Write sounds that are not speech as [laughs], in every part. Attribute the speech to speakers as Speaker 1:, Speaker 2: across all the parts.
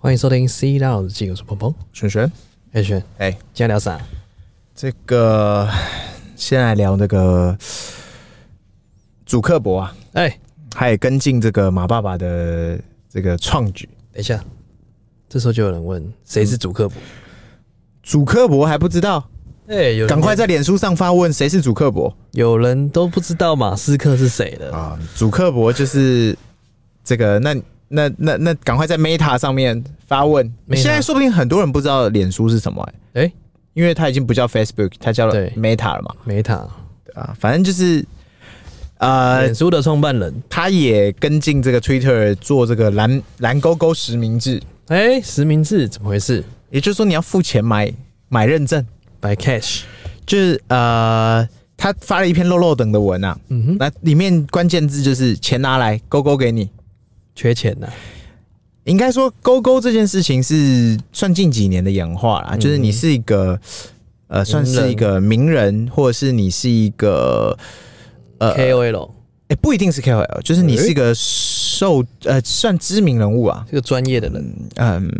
Speaker 1: 欢迎收听《C 到日记》，我是鹏鹏。
Speaker 2: 璇璇，
Speaker 1: 哎、轩，
Speaker 2: 哎、
Speaker 1: 今天聊啥？
Speaker 2: 这个 [sighs] 先来聊那个主克伯啊，
Speaker 1: 哎、
Speaker 2: 还跟进这个马爸爸的这个创举。
Speaker 1: 等一下，这时候就有人问谁是主客博？
Speaker 2: 主克伯还不知道，
Speaker 1: 哎、有人
Speaker 2: 赶快在脸书上发问谁是主克伯
Speaker 1: 有人都不知道马斯克是谁了。
Speaker 2: 啊？主克伯就是这个，那那那那赶快在 Meta 上面发问。
Speaker 1: Meta
Speaker 2: 现在说不定很多人不知道脸书是什么、欸，
Speaker 1: 哎、
Speaker 2: 因为它已经不叫 Facebook，它叫
Speaker 1: 对
Speaker 2: Meta 了嘛。
Speaker 1: 梅塔，
Speaker 2: 对啊，反正就是呃
Speaker 1: 脸，书的创办人。
Speaker 2: 他也跟进这个 Twitter 做这个蓝蓝勾勾实名制，
Speaker 1: 哎、实名制怎么回事
Speaker 2: 也就是说你要付钱买买认证，
Speaker 1: ？By cash。
Speaker 2: 就是呃，他发了一篇漏漏等的文啊，
Speaker 1: 嗯哼，
Speaker 2: 那里面关键字就是钱拿来，勾勾给你。
Speaker 1: 缺钱呐、啊
Speaker 2: 应该说勾勾这件事情是算近几年的演化啦，就是你是一个呃，算是一个名人，或者是你是一个呃，哎、
Speaker 1: KOL
Speaker 2: 不一定是 KOL，就是你是一个受呃算知名人物啊，
Speaker 1: 这个专业的人
Speaker 2: 嗯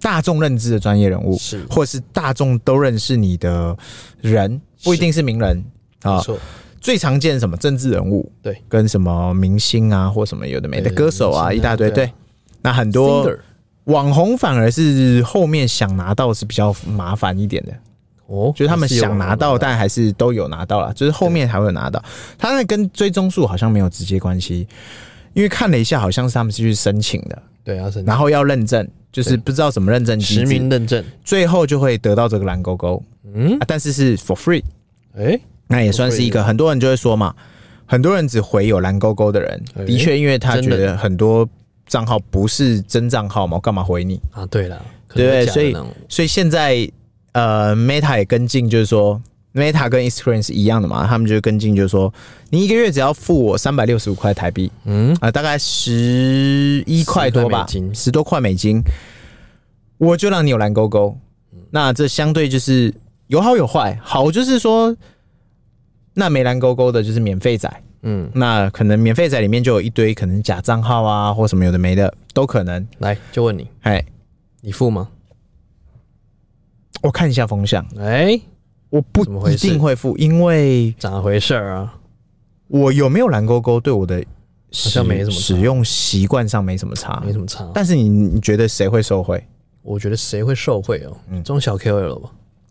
Speaker 2: 大众认知的专业人物，
Speaker 1: 是
Speaker 2: 或是大众都认识你的人，不一定是名人
Speaker 1: 没
Speaker 2: 啊。
Speaker 1: 错，
Speaker 2: 最常见什么政治人物，
Speaker 1: 对，
Speaker 2: 跟什么明星啊，或什么有的没的
Speaker 1: 对
Speaker 2: 歌手啊，
Speaker 1: 明星啊
Speaker 2: 一大堆。
Speaker 1: 对啊
Speaker 2: 对，那很多
Speaker 1: Singer
Speaker 2: 网红反而是后面想拿到是比较麻烦一点的，
Speaker 1: 哦，
Speaker 2: 就是他们
Speaker 1: 是有
Speaker 2: 想拿到，
Speaker 1: 网红的
Speaker 2: 但还是都有拿到了，就是后面还会有拿到。他那跟追踪数好像没有直接关系，因为看了一下，好像是他们是去申请的，
Speaker 1: 对啊，是
Speaker 2: 然后要认证，就是
Speaker 1: 对
Speaker 2: 不知道什么认证机
Speaker 1: 实
Speaker 2: 制
Speaker 1: 名，认证。
Speaker 2: 最后就会得到这个蓝勾勾、
Speaker 1: 嗯
Speaker 2: 啊，，但是是 for free，
Speaker 1: 哎、
Speaker 2: 那也算是一
Speaker 1: for
Speaker 2: 个
Speaker 1: free
Speaker 2: 很多人就会说嘛，很多人只回有蓝勾勾的人，
Speaker 1: 哎
Speaker 2: 的确因为他
Speaker 1: 真
Speaker 2: 觉
Speaker 1: 的
Speaker 2: 得很多账号不是真账号嘛，我干嘛回你？
Speaker 1: 啊，对了，可能假
Speaker 2: 对
Speaker 1: 的
Speaker 2: 所以
Speaker 1: 那种
Speaker 2: 所以现在呃，Meta 也跟进，就是说 Meta 跟 Instagram 是一样的嘛，他们就跟进，就是说你一个月只要付我三百六十五块台币，
Speaker 1: 嗯，
Speaker 2: 啊、大概十一块多
Speaker 1: 10块
Speaker 2: 吧
Speaker 1: 美金，
Speaker 2: 十多块美金，我就让你有蓝勾勾。
Speaker 1: 嗯
Speaker 2: 那这相对就是有好有坏，好就是说，那没蓝勾勾的就是免费仔，
Speaker 1: 嗯，
Speaker 2: 那可能免费仔里面就有一堆可能假账号啊，或什么有的没的都可能。
Speaker 1: 来就问你，
Speaker 2: 哎，
Speaker 1: 你付吗？
Speaker 2: 我看一下风向，
Speaker 1: 哎、
Speaker 2: 我不
Speaker 1: 怎么回
Speaker 2: 一
Speaker 1: 事
Speaker 2: 定会付，因为
Speaker 1: 咋回事儿啊？
Speaker 2: 我有没有蓝勾勾对我的使
Speaker 1: 像没什么差
Speaker 2: 使用习惯上没什么差
Speaker 1: 没。什么差，但
Speaker 2: 但是你你觉得谁会受惠？
Speaker 1: 我觉得谁会受贿哦？
Speaker 2: 嗯
Speaker 1: 中小 KOL 吧，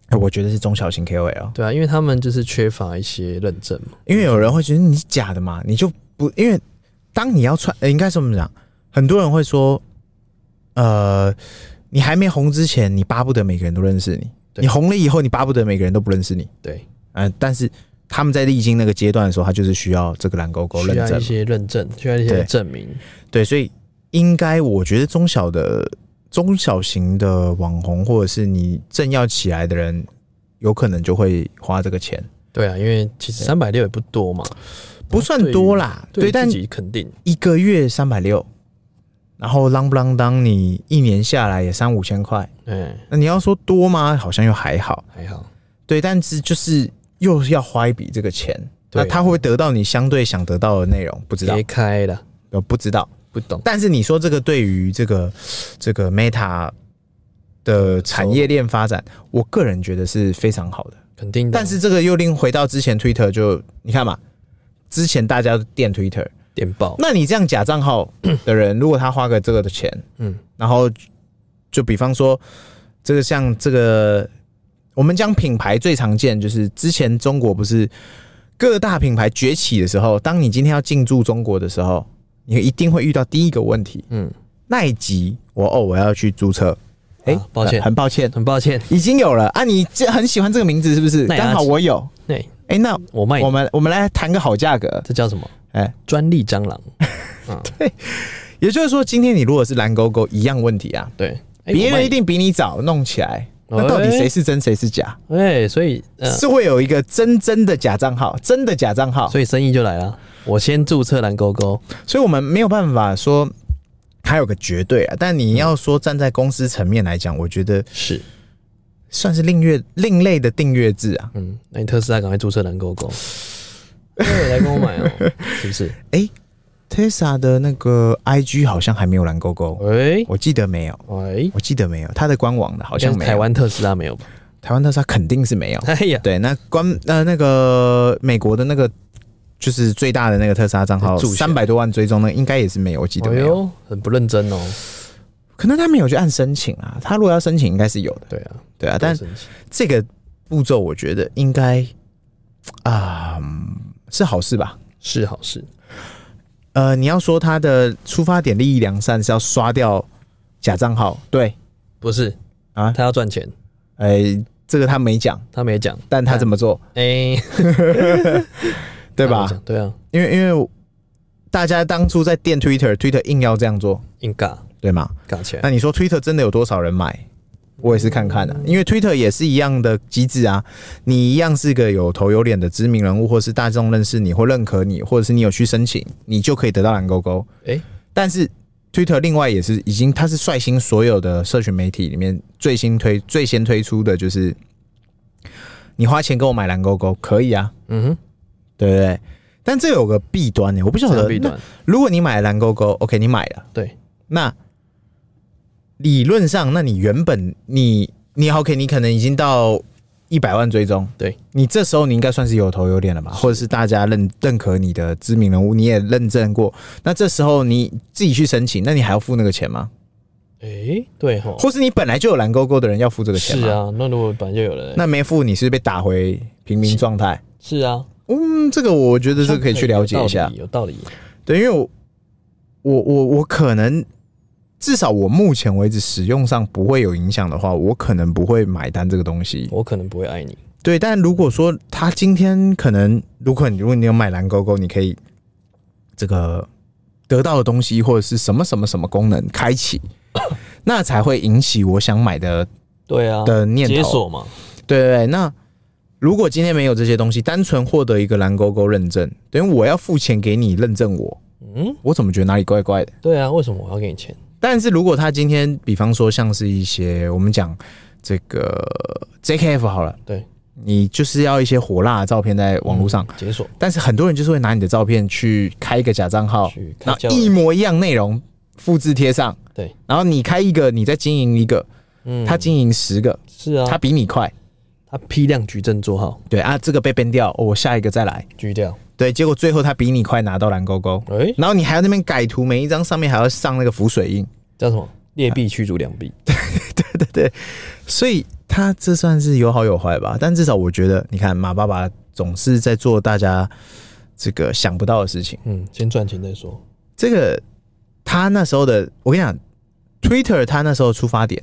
Speaker 2: 哎我觉得是中小型 KOL。
Speaker 1: 对啊，因为他们就是缺乏一些认证嘛。
Speaker 2: 因为有人会觉得你是假的嘛，你就不因为当你要穿，呃、应该是我们讲，很多人会说，呃，你还没红之前，你巴不得每个人都认识你；
Speaker 1: 对
Speaker 2: 你红了以后，你巴不得每个人都不认识你。
Speaker 1: 对，
Speaker 2: 嗯、但是他们在历经那个阶段的时候，他就是需要这个蓝勾勾
Speaker 1: 需
Speaker 2: 认
Speaker 1: 要
Speaker 2: 证
Speaker 1: 一
Speaker 2: 嘛。
Speaker 1: 些认证，需要一些
Speaker 2: 对
Speaker 1: 证明。
Speaker 2: 对，所以应该我觉得中小的中小型的网红，或者是你正要起来的人，有可能就会花这个钱，
Speaker 1: 对啊，因为其实三百六也不多嘛，
Speaker 2: 不算多啦。对，
Speaker 1: 对
Speaker 2: 但
Speaker 1: 自己肯定
Speaker 2: 一个月三百六，然后啷不啷当你一年下来也三五千块，
Speaker 1: 哎、
Speaker 2: 那你要说多吗？好像又还好，
Speaker 1: 还好。
Speaker 2: 对，但是就是又要花一笔这个钱，
Speaker 1: 对
Speaker 2: 那他会不会得到你相对想得到的内容？不知道
Speaker 1: 别，开了，
Speaker 2: 呃，不知道。
Speaker 1: 不懂。
Speaker 2: 但是你说这个对于这个这个 Meta 的产业链发展，我个人觉得是非常好的。
Speaker 1: 肯定的啊，
Speaker 2: 但是这个又另回到之前 Twitter，就你看嘛，之前大家都垫 Twitter，
Speaker 1: 电报，
Speaker 2: 那你这样假账号的人，如果他花个这个的钱，
Speaker 1: 嗯，
Speaker 2: 然后就比方说这个像这个，我们讲品牌最常见就是之前中国不是各大品牌崛起的时候，当你今天要进驻中国的时候，你一定会遇到第一个问题，
Speaker 1: 嗯，
Speaker 2: 奈吉，我哦我要去注册，哎、
Speaker 1: 啊抱歉
Speaker 2: 呃很抱歉，
Speaker 1: 很抱歉，
Speaker 2: 已经有了啊，你这很喜欢这个名字是不是？
Speaker 1: 奈阿吉
Speaker 2: 刚好我有，
Speaker 1: 哎、
Speaker 2: 哎、那
Speaker 1: 我卖
Speaker 2: 我
Speaker 1: 你，
Speaker 2: 们我们来谈个好价格，
Speaker 1: 这叫什么？
Speaker 2: 哎、
Speaker 1: 专利蟑螂。啊，
Speaker 2: 也就是说，今天你如果是蓝勾勾一样问题啊，
Speaker 1: 对，哎
Speaker 2: 别
Speaker 1: 我卖
Speaker 2: 人
Speaker 1: 你
Speaker 2: 一定比你早弄起来。
Speaker 1: 哎
Speaker 2: 那到底谁是真谁是假？
Speaker 1: 哎、所以呃，
Speaker 2: 是啊会有一个真真的假账号，真的假账号，
Speaker 1: 所以生意就来了。我先注册蓝勾勾，
Speaker 2: 所以我们没有办法说还有个绝对啊。但你要说站在公司层面来讲，我觉得
Speaker 1: 是，
Speaker 2: 算是另月另类的订阅制啊。
Speaker 1: 嗯， [laughs] 哎那你特斯拉赶快注册蓝勾勾，对，来跟我买哦，是不是？ [laughs]
Speaker 2: 哎、 Tesla 的那个 IG 好像还没有蓝勾勾，
Speaker 1: 喂
Speaker 2: 我记得没有，
Speaker 1: 喂，
Speaker 2: 我记得没有，它的官网的好
Speaker 1: 好
Speaker 2: 像没有。
Speaker 1: 台湾特斯拉没
Speaker 2: [laughs]
Speaker 1: 有吧？
Speaker 2: 台湾特斯拉肯定是没有。
Speaker 1: 哎呀，
Speaker 2: 对，那官呃那个美国的那个就是最大的那个特斯拉账号，
Speaker 1: 注册
Speaker 2: 三百多万追踪，那应该也是没有，我记得
Speaker 1: 哎
Speaker 2: 没有。
Speaker 1: 呦，很不认真哦。
Speaker 2: 可能他没有去按申请啊，他如果要申请，应该是有的，
Speaker 1: 对啊，
Speaker 2: 对啊。但
Speaker 1: 多神奇
Speaker 2: 这个步骤，我觉得应该啊、嗯是好事吧？
Speaker 1: 是好事，
Speaker 2: 呃，你要说他的出发点利益良善是要刷掉假账号，对，
Speaker 1: 不是
Speaker 2: 啊
Speaker 1: 他要赚钱，
Speaker 2: 哎、这个他没讲，
Speaker 1: 他没讲，
Speaker 2: 但他这
Speaker 1: 么
Speaker 2: 么做，
Speaker 1: 哎，他
Speaker 2: 对
Speaker 1: 没
Speaker 2: 吧？
Speaker 1: 讲？对啊，
Speaker 2: 因为因为大家当初在电 Twitter，Twitter 硬要这样做，
Speaker 1: 硬尬
Speaker 2: 对吗？
Speaker 1: 尬起来，
Speaker 2: 那你说 Twitter 真的有多少人买？我也是看看的、因为 Twitter 也是一样的机制啊，你一样是个有头有脸的知名人物，或是大众认识你或认可你，或者是你有去申请，你就可以得到蓝勾勾。
Speaker 1: 哎，
Speaker 2: 但是 Twitter 另外也是已经，它是率先所有的社群媒体里面最新推最先推出的就是，你花钱给我买蓝勾勾可以啊，
Speaker 1: 嗯哼，
Speaker 2: 对不对？但这有个弊端欸呢、我不晓
Speaker 1: 这
Speaker 2: 得
Speaker 1: 样弊端，
Speaker 2: 如果你买了蓝勾勾，OK，你买了，
Speaker 1: 对，
Speaker 2: 那理论上，那你原本你你 OK，你可能已经到一百万追踪，
Speaker 1: 对
Speaker 2: 你这时候你应该算是有头有脸了吧，或者是大家认认可你的知名人物，你也认证过，那这时候你自己去申请，那你还要付那个钱吗？
Speaker 1: 哎，对吼，
Speaker 2: 或是你本来就有蓝勾勾的人要付这个钱
Speaker 1: 是
Speaker 2: 吗？
Speaker 1: 啊，那如果本来就有人，
Speaker 2: 那没付你是被打回平民状态。
Speaker 1: 是啊，
Speaker 2: 嗯，这个我觉得这个可以去了解一
Speaker 1: 有
Speaker 2: 下
Speaker 1: 道。理有道理，
Speaker 2: 对，因为我我我我可能至少我目前为止使用上不会有影响的话，我可能不会买单这个东西。
Speaker 1: 我可能不会爱你，
Speaker 2: 对，但如果说他今天可能，如果你如果你有买蓝勾勾，你可以这个得到的东西或者是什么什么什么功能开启，那才会引起我想买的
Speaker 1: 对啊，
Speaker 2: 的念
Speaker 1: 解
Speaker 2: 头。
Speaker 1: 锁嘛，
Speaker 2: 对对对，那。如果今天没有这些东西，单纯获得一个蓝勾勾认证，等于我要付钱给你认证我，
Speaker 1: 嗯，
Speaker 2: 我怎么觉得哪里怪怪的？
Speaker 1: 对啊，为什么我要给你钱？
Speaker 2: 但是如果他今天，比方说像是一些我们讲这个 JKF 好了，
Speaker 1: 对，
Speaker 2: 你就是要一些火辣的照片在网络上，
Speaker 1: 嗯解锁，
Speaker 2: 但是很多人就是会拿你的照片去开一个假账号，
Speaker 1: 去开
Speaker 2: 然
Speaker 1: 交
Speaker 2: 后
Speaker 1: 友
Speaker 2: 哦一模一样内容复制贴上，
Speaker 1: 对，
Speaker 2: 然后你开一个，你再经营一个，
Speaker 1: 嗯，
Speaker 2: 他经营十个，
Speaker 1: 是啊，
Speaker 2: 他
Speaker 1: 他
Speaker 2: 比你快，
Speaker 1: 他批量矩阵做好，
Speaker 2: 对啊，这个被 ban 掉、哦，我下一个再来，
Speaker 1: 锯掉，
Speaker 2: 对，结果最后他比你快拿到蓝勾勾，
Speaker 1: 哎，
Speaker 2: 然后你还要那边改图，每一张上面还要上那个浮水印，
Speaker 1: 叫什么？劣币驱逐良币，
Speaker 2: 所以他这算是有好有坏吧，但至少我觉得，你看马爸爸总是在做大家这个想不到的事情。
Speaker 1: 嗯，先赚钱再说，
Speaker 2: 这个他那时候的，我跟你讲，Twitter 他那时候出发点，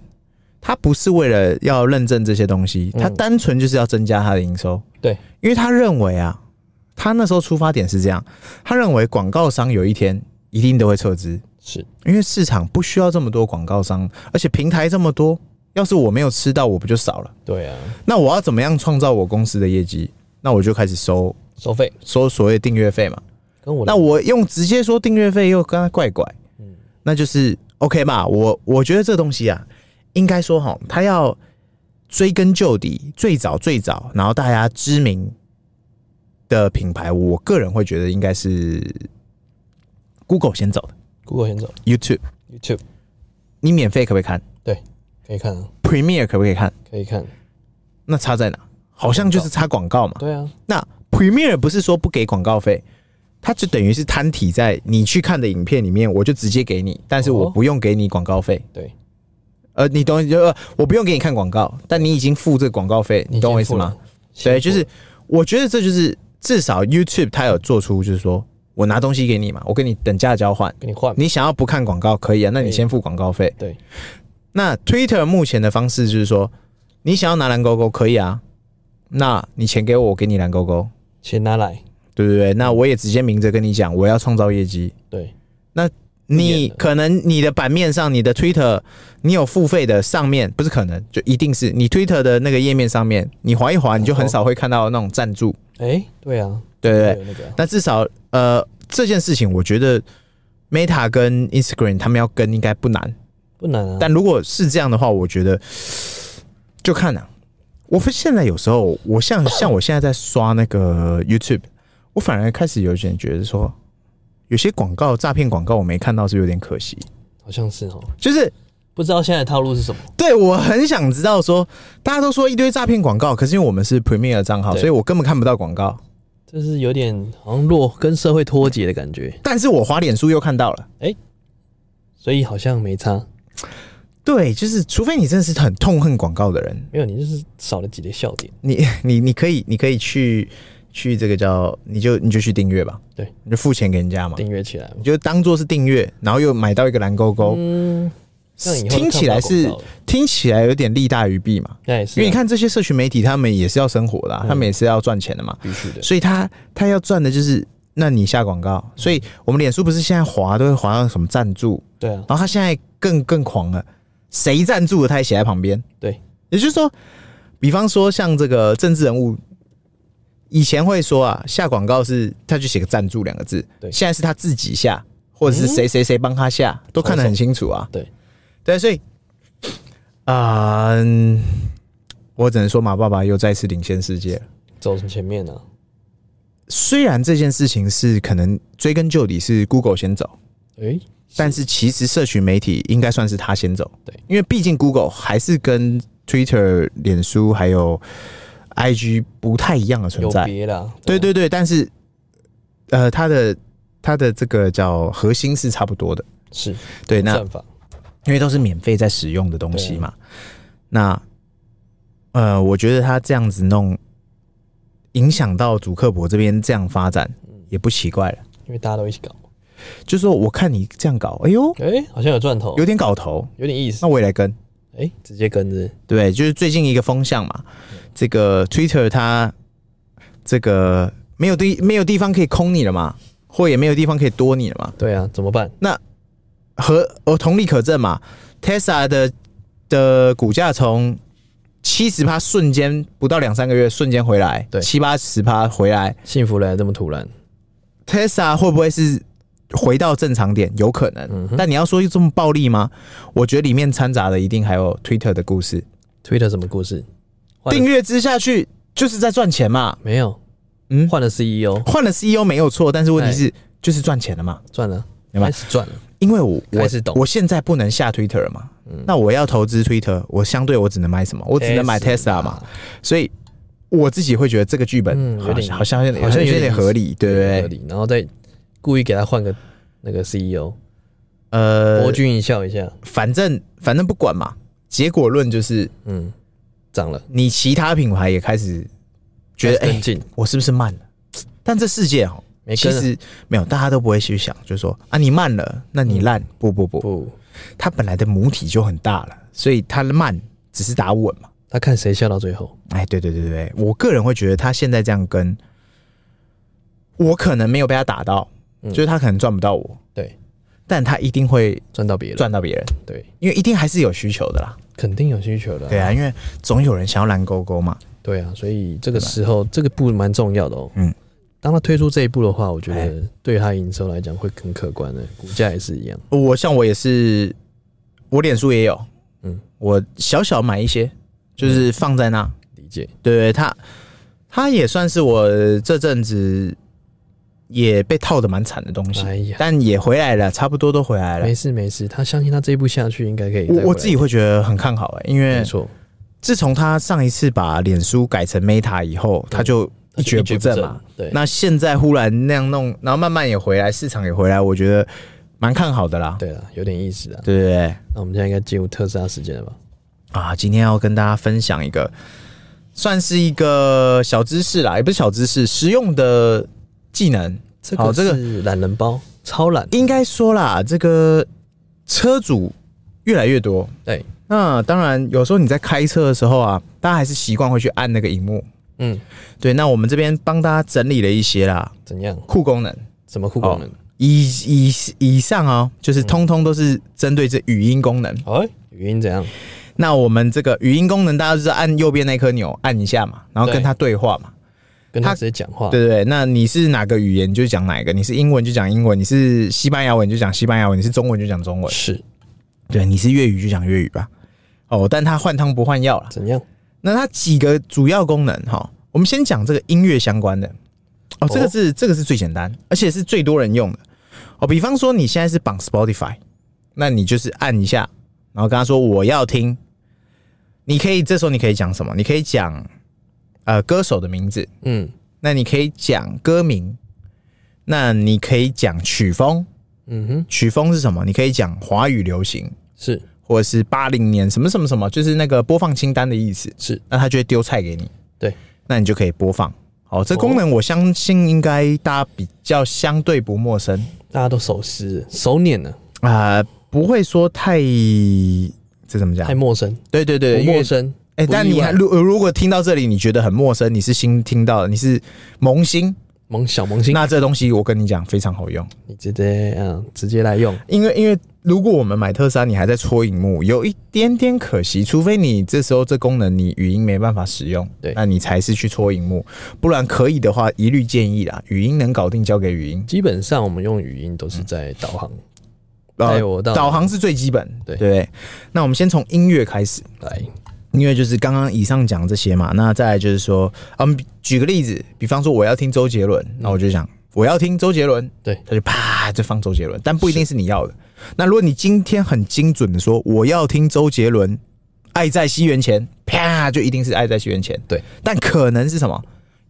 Speaker 2: 他不是为了要认证这些东西，
Speaker 1: 嗯
Speaker 2: 他单纯就是要增加他的营收。
Speaker 1: 对，
Speaker 2: 因为他认为啊，他那时候出发点是这样，他认为广告商有一天一定都会撤资，
Speaker 1: 是
Speaker 2: 因为市场不需要这么多广告商，而且平台这么多，要是我没有吃到，我不就少了。
Speaker 1: 对啊，
Speaker 2: 那我要怎么样创造我公司的业绩？那我就开始收
Speaker 1: 收费
Speaker 2: 收所谓订阅费嘛。
Speaker 1: 跟我的
Speaker 2: 那我用直接说订阅费又跟他怪怪，
Speaker 1: 嗯
Speaker 2: 那就是 OK 嘛。我我觉得这东西啊，应该说哈，他要追根究底，最早最早，然后大家知名的品牌，我个人会觉得应该是 Google 先走的
Speaker 1: Google 先走
Speaker 2: ，YouTube
Speaker 1: ，YouTube
Speaker 2: 你免费可不可以看
Speaker 1: 可以看啊，
Speaker 2: ？Premiere 可不可以看？
Speaker 1: 可以看，
Speaker 2: 那差在哪？好像就是差广告嘛。
Speaker 1: 对啊，
Speaker 2: 那 Premiere 不是说不给广告费，它就等于是摊体在你去看的影片里面，我就直接给你，但是我
Speaker 1: 哦
Speaker 2: 不用给你广告费。
Speaker 1: 对，
Speaker 2: 呃，你懂？呃，我不用给你看广告，但你已经付这个广告费，你懂我意思吗？
Speaker 1: 先付了？
Speaker 2: 对，就是我觉得这就是至少 YouTube 它有做出，就是说我拿东西给你嘛，我跟你等价交换，
Speaker 1: 给你换，
Speaker 2: 你想要不看广告可以啊，那
Speaker 1: 可
Speaker 2: 你
Speaker 1: 以
Speaker 2: 先付广告费。
Speaker 1: 对，
Speaker 2: 那 Twitter 目前的方式就是说，你想要拿蓝勾勾可以啊，那你钱给我，我给你蓝勾勾。
Speaker 1: 钱拿来，
Speaker 2: 对对对，那我也直接明着跟你讲，我要创造业绩。
Speaker 1: 对，
Speaker 2: 你可能你的版面上，你的 Twitter，你有付费的上面不是可能，就一定是你 Twitter 的那个页面上面，你划一划，你就很少会看到那种赞助，
Speaker 1: 哎，对啊，
Speaker 2: 对对
Speaker 1: 还
Speaker 2: 对。
Speaker 1: 有那个啊
Speaker 2: 那至少呃这件事情，我觉得 Meta 跟 Instagram 他们要跟应该不难，
Speaker 1: 不难啊，
Speaker 2: 但如果是这样的话，我觉得就看啊。我发现现在有时候，我像像我现在在刷那个 YouTube，我反而开始有点觉得说有些广告诈骗广告我没看到，是有点可惜。
Speaker 1: 好像是哦，
Speaker 2: 就是
Speaker 1: 不知道现在的套路是什么。
Speaker 2: 对我很想知道说，大家都说一堆诈骗广告，可是因为我们是 Premier 的账号，
Speaker 1: 对
Speaker 2: 所以我根本看不到广告。
Speaker 1: 就是有点好像落跟社会脱节的感觉，
Speaker 2: 但是我滑脸书又看到了。
Speaker 1: 所以好像没差。
Speaker 2: 对，就是除非你真的是很痛恨广告的人，
Speaker 1: 没有，你就是少了几个笑点。
Speaker 2: 你 [laughs] 你你可以你可以去去这个叫你就你就去订阅吧，
Speaker 1: 对，
Speaker 2: 你就付钱给人家嘛，
Speaker 1: 订阅起来嘛
Speaker 2: 你。就当做是订阅，然后又买到一个蓝勾勾，
Speaker 1: 嗯，这样以后就
Speaker 2: 听起来是
Speaker 1: 看不到广告了
Speaker 2: 听起来有点利大于弊嘛。
Speaker 1: 那也是啊、
Speaker 2: 因为你看这些社群媒体，他们也是要生活的啊、
Speaker 1: 嗯
Speaker 2: 他们也是要赚钱的嘛，
Speaker 1: 必须的，
Speaker 2: 所以他他要赚的就是。那你下广告，
Speaker 1: 嗯
Speaker 2: 所以我们脸书不是现在滑都会滑到什么赞助，
Speaker 1: 对啊，
Speaker 2: 然后他现在更更狂了，谁赞助的他也写在旁边。
Speaker 1: 对，
Speaker 2: 也就是说，比方说像这个政治人物，以前会说啊，下广告是他就写个赞助两个字，
Speaker 1: 对嗯
Speaker 2: 现在是他自己下，或者是谁谁谁帮他下，都看得很清楚啊。
Speaker 1: 对，
Speaker 2: 对，所以，啊嗯、我只能说马爸爸又再次领先世界了。
Speaker 1: 走成前面啊，
Speaker 2: 虽然这件事情是可能追根究底是 Google 先走，
Speaker 1: 诶、
Speaker 2: 但是其实社群媒体应该算是他先走，
Speaker 1: 对，
Speaker 2: 因为毕竟 Google 还是跟 Twitter、脸书还有 IG 不太一样的存
Speaker 1: 有
Speaker 2: 在，
Speaker 1: 别啦，
Speaker 2: 对
Speaker 1: 啊
Speaker 2: 对对，但是呃，它的它的这个叫核心是差不多的，
Speaker 1: 是
Speaker 2: 对，那
Speaker 1: 算法，
Speaker 2: 因为都是免费在使用的东西嘛，那呃，我觉得他这样子弄，影响到主克伯这边这样发展
Speaker 1: 嗯
Speaker 2: 也不奇怪了，
Speaker 1: 因为大家都一起搞，
Speaker 2: 就说我看你这样搞，哎呦，
Speaker 1: 诶、好像有赚头，
Speaker 2: 有
Speaker 1: 有
Speaker 2: 点搞头，
Speaker 1: 点意思，
Speaker 2: 那我也来跟。
Speaker 1: 诶、直接跟着，
Speaker 2: 对，就是最近一个风向嘛，这个 Twitter 它这个没有地没有地方可以空你了嘛，或也没有地方可以多你了嘛，
Speaker 1: 对啊，怎么办？
Speaker 2: 和呃同理可证嘛，Tesla 的的股价从七十趴瞬间不到两三个月瞬间回来，
Speaker 1: 对
Speaker 2: 七八十趴回来
Speaker 1: 幸福来得这么突然，
Speaker 2: ，Tesla 会不会是回到正常点？有可能，
Speaker 1: 嗯哼
Speaker 2: 但你要说又这么暴力吗？我觉得里面掺杂的一定还有 Twitter 的故事，
Speaker 1: Twitter 什么故事？换了
Speaker 2: 订阅之下去就是在赚钱嘛。
Speaker 1: 没有，
Speaker 2: 嗯
Speaker 1: 换了 E CEO
Speaker 2: 换了 CEO 没有错，但是问
Speaker 1: 哎
Speaker 2: 题是就是赚钱了嘛，
Speaker 1: 赚了，
Speaker 2: 有吗
Speaker 1: 开始赚了，
Speaker 2: 因为我我
Speaker 1: 开始懂嗯
Speaker 2: 我现在不能下 Twitter 了嘛，那我要投资 Twitter，我相对我只能买什么？我只能买 Tesla 嘛，，所以我自己会觉得这个剧本
Speaker 1: 嗯
Speaker 2: 好
Speaker 1: 有点
Speaker 2: 像好像有点
Speaker 1: 好像有点
Speaker 2: 有点合理，对不
Speaker 1: 合
Speaker 2: 对？
Speaker 1: 理，然后再故意给他换个那个 CEO，博
Speaker 2: 呃，
Speaker 1: 君一笑一下，
Speaker 2: 反正反正不管嘛，结果论就是
Speaker 1: 嗯，涨了，
Speaker 2: 你其他品牌也开始觉得，
Speaker 1: 开始
Speaker 2: 哎
Speaker 1: 跟，进，
Speaker 2: 我是不是慢了？但这世界哦，
Speaker 1: 没
Speaker 2: 其
Speaker 1: 跟了
Speaker 2: 实没有，大家都不会去想，就说啊，你慢了，那
Speaker 1: 嗯
Speaker 2: 你烂，不不不，
Speaker 1: 不，
Speaker 2: 它本来的母体就很大了，所以它慢只是打稳嘛。
Speaker 1: 他看谁笑到最后，
Speaker 2: 哎，对对对对，我个人会觉得他现在这样跟，我可能没有被他打到，
Speaker 1: 嗯
Speaker 2: 就是他可能赚不到我，
Speaker 1: 对，
Speaker 2: 但他一定会
Speaker 1: 赚到别人，
Speaker 2: 赚到别人，
Speaker 1: 对，
Speaker 2: 因为一定还是有需求的啦。
Speaker 1: 肯定有需求的、
Speaker 2: 对，啊，因为总有人想要蓝勾勾嘛。
Speaker 1: 对啊，所以这个时候这个步蛮重要的哦。
Speaker 2: 嗯，
Speaker 1: 当他推出这一步的话，我觉
Speaker 2: 哎
Speaker 1: 得对他营收来讲会很可观的，股价也是一样。
Speaker 2: 我像我也是，我脸书也有，嗯
Speaker 1: 嗯，
Speaker 2: 我小小买一些，就是放在那，
Speaker 1: 理解，
Speaker 2: 对对，他他也算是我这阵子也被套的蛮惨的东西，
Speaker 1: 哎呀
Speaker 2: 但也回来了，差不多都回来了
Speaker 1: 没。事没事，他相信他这一步下去应该可以再回来。
Speaker 2: 我我自己会觉得很看好哎、因
Speaker 1: 没
Speaker 2: 为
Speaker 1: 错，
Speaker 2: 自从他上一次把脸书改成 Meta 以后，他就一蹶不振嘛。，
Speaker 1: 对，
Speaker 2: 那现在忽然那样弄，然后慢慢也回来，市场也回来，我觉得蛮看好的啦，
Speaker 1: 对了，有点意思啊。
Speaker 2: 对不对？
Speaker 1: 那我们现在应该进入特斯拉时间了吧？
Speaker 2: 啊，今天要跟大家分享一个，算是一个小知识啦，也不是小知识，实用的技能。好，这个
Speaker 1: 是懒人包，超懒，
Speaker 2: 应该说啦，这个车主越来越多。
Speaker 1: 对，
Speaker 2: 那当然，有时候你在开车的时候啊，大家还是习惯会去按那个荧幕。
Speaker 1: 嗯，
Speaker 2: 对，那我们这边帮大家整理了一些啦，
Speaker 1: 怎样？
Speaker 2: 酷功能。
Speaker 1: 什么酷功能？
Speaker 2: 以以以上哦，就是通通都是针对这语音功能。
Speaker 1: 哎，语音怎样？
Speaker 2: 那我们这个语音功能，大家就是按右边那颗钮按一下嘛，然后跟
Speaker 1: 对
Speaker 2: 它对话嘛。
Speaker 1: 跟他
Speaker 2: 他
Speaker 1: 直接讲话，
Speaker 2: 对对对，那你是哪个语言你就讲哪一个，你是英文就讲英文，你是西班牙文就讲西班牙文，你是中文就讲中文，
Speaker 1: 是
Speaker 2: 对，你是粤语就讲粤语吧。哦，但它换汤不换药了。
Speaker 1: 怎样？
Speaker 2: 那它几个主要功能哈，我们先讲这个音乐相关的。哦，这个
Speaker 1: 哦
Speaker 2: 是、这个是最简单，而且是最多人用的。哦，比方说你现在是绑 Spotify，那你就是按一下，然后跟他说我要听。你可以这时候你可以讲什么？你可以讲呃歌手的名字，
Speaker 1: 嗯
Speaker 2: 那你可以讲歌名，那你可以讲曲风，
Speaker 1: 嗯哼，
Speaker 2: 曲风是什么？你可以讲华语流行，
Speaker 1: 是
Speaker 2: 或者是八零年什么什么什么，就是那个播放清单的意思。
Speaker 1: 是，
Speaker 2: 那他就会丢菜给你，
Speaker 1: 对，
Speaker 2: 那你就可以播放。好，
Speaker 1: 哦
Speaker 2: 这功能我相信应该大家比较相对不陌生
Speaker 1: 大家都手湿手捻了，
Speaker 2: 啊、不会说太这怎么讲
Speaker 1: 太？陌生，
Speaker 2: 对对
Speaker 1: 不
Speaker 2: 对，因为
Speaker 1: 陌生。
Speaker 2: 哎、
Speaker 1: 不
Speaker 2: 但
Speaker 1: 意
Speaker 2: 你
Speaker 1: 外
Speaker 2: 还如如果听到这里你觉得很陌生，你是新听到的，你是萌新，
Speaker 1: 萌小萌新，
Speaker 2: 那这东西我跟你讲非常好用，
Speaker 1: 你直接嗯直接来用，
Speaker 2: 因为因为如果我们买特斯拉，你还在戳荧幕，有一点点可惜，除非你这时候这功能你语音没办法使用，
Speaker 1: 对
Speaker 2: 那你才是去戳荧幕，不然可以的话一律建议啦，语音能搞定交给语音，
Speaker 1: 基本上我们用语音都是在导航。哎我到
Speaker 2: 导航是最基本，
Speaker 1: 对
Speaker 2: 对不对。那我们先从音乐开始，
Speaker 1: 来，
Speaker 2: 音乐就是刚刚以上讲这些嘛，那再来就是说，啊我们举个例子，比方说我要听周杰伦，那我就想。我要听周杰伦，
Speaker 1: 嗯对
Speaker 2: 他就啪就放周杰伦，但不一定是你要的。那如果你今天很精准的说我要听周杰伦，《爱在西元前》，啪就一定是《爱在西元前》。
Speaker 1: 对，
Speaker 2: 但可能是什么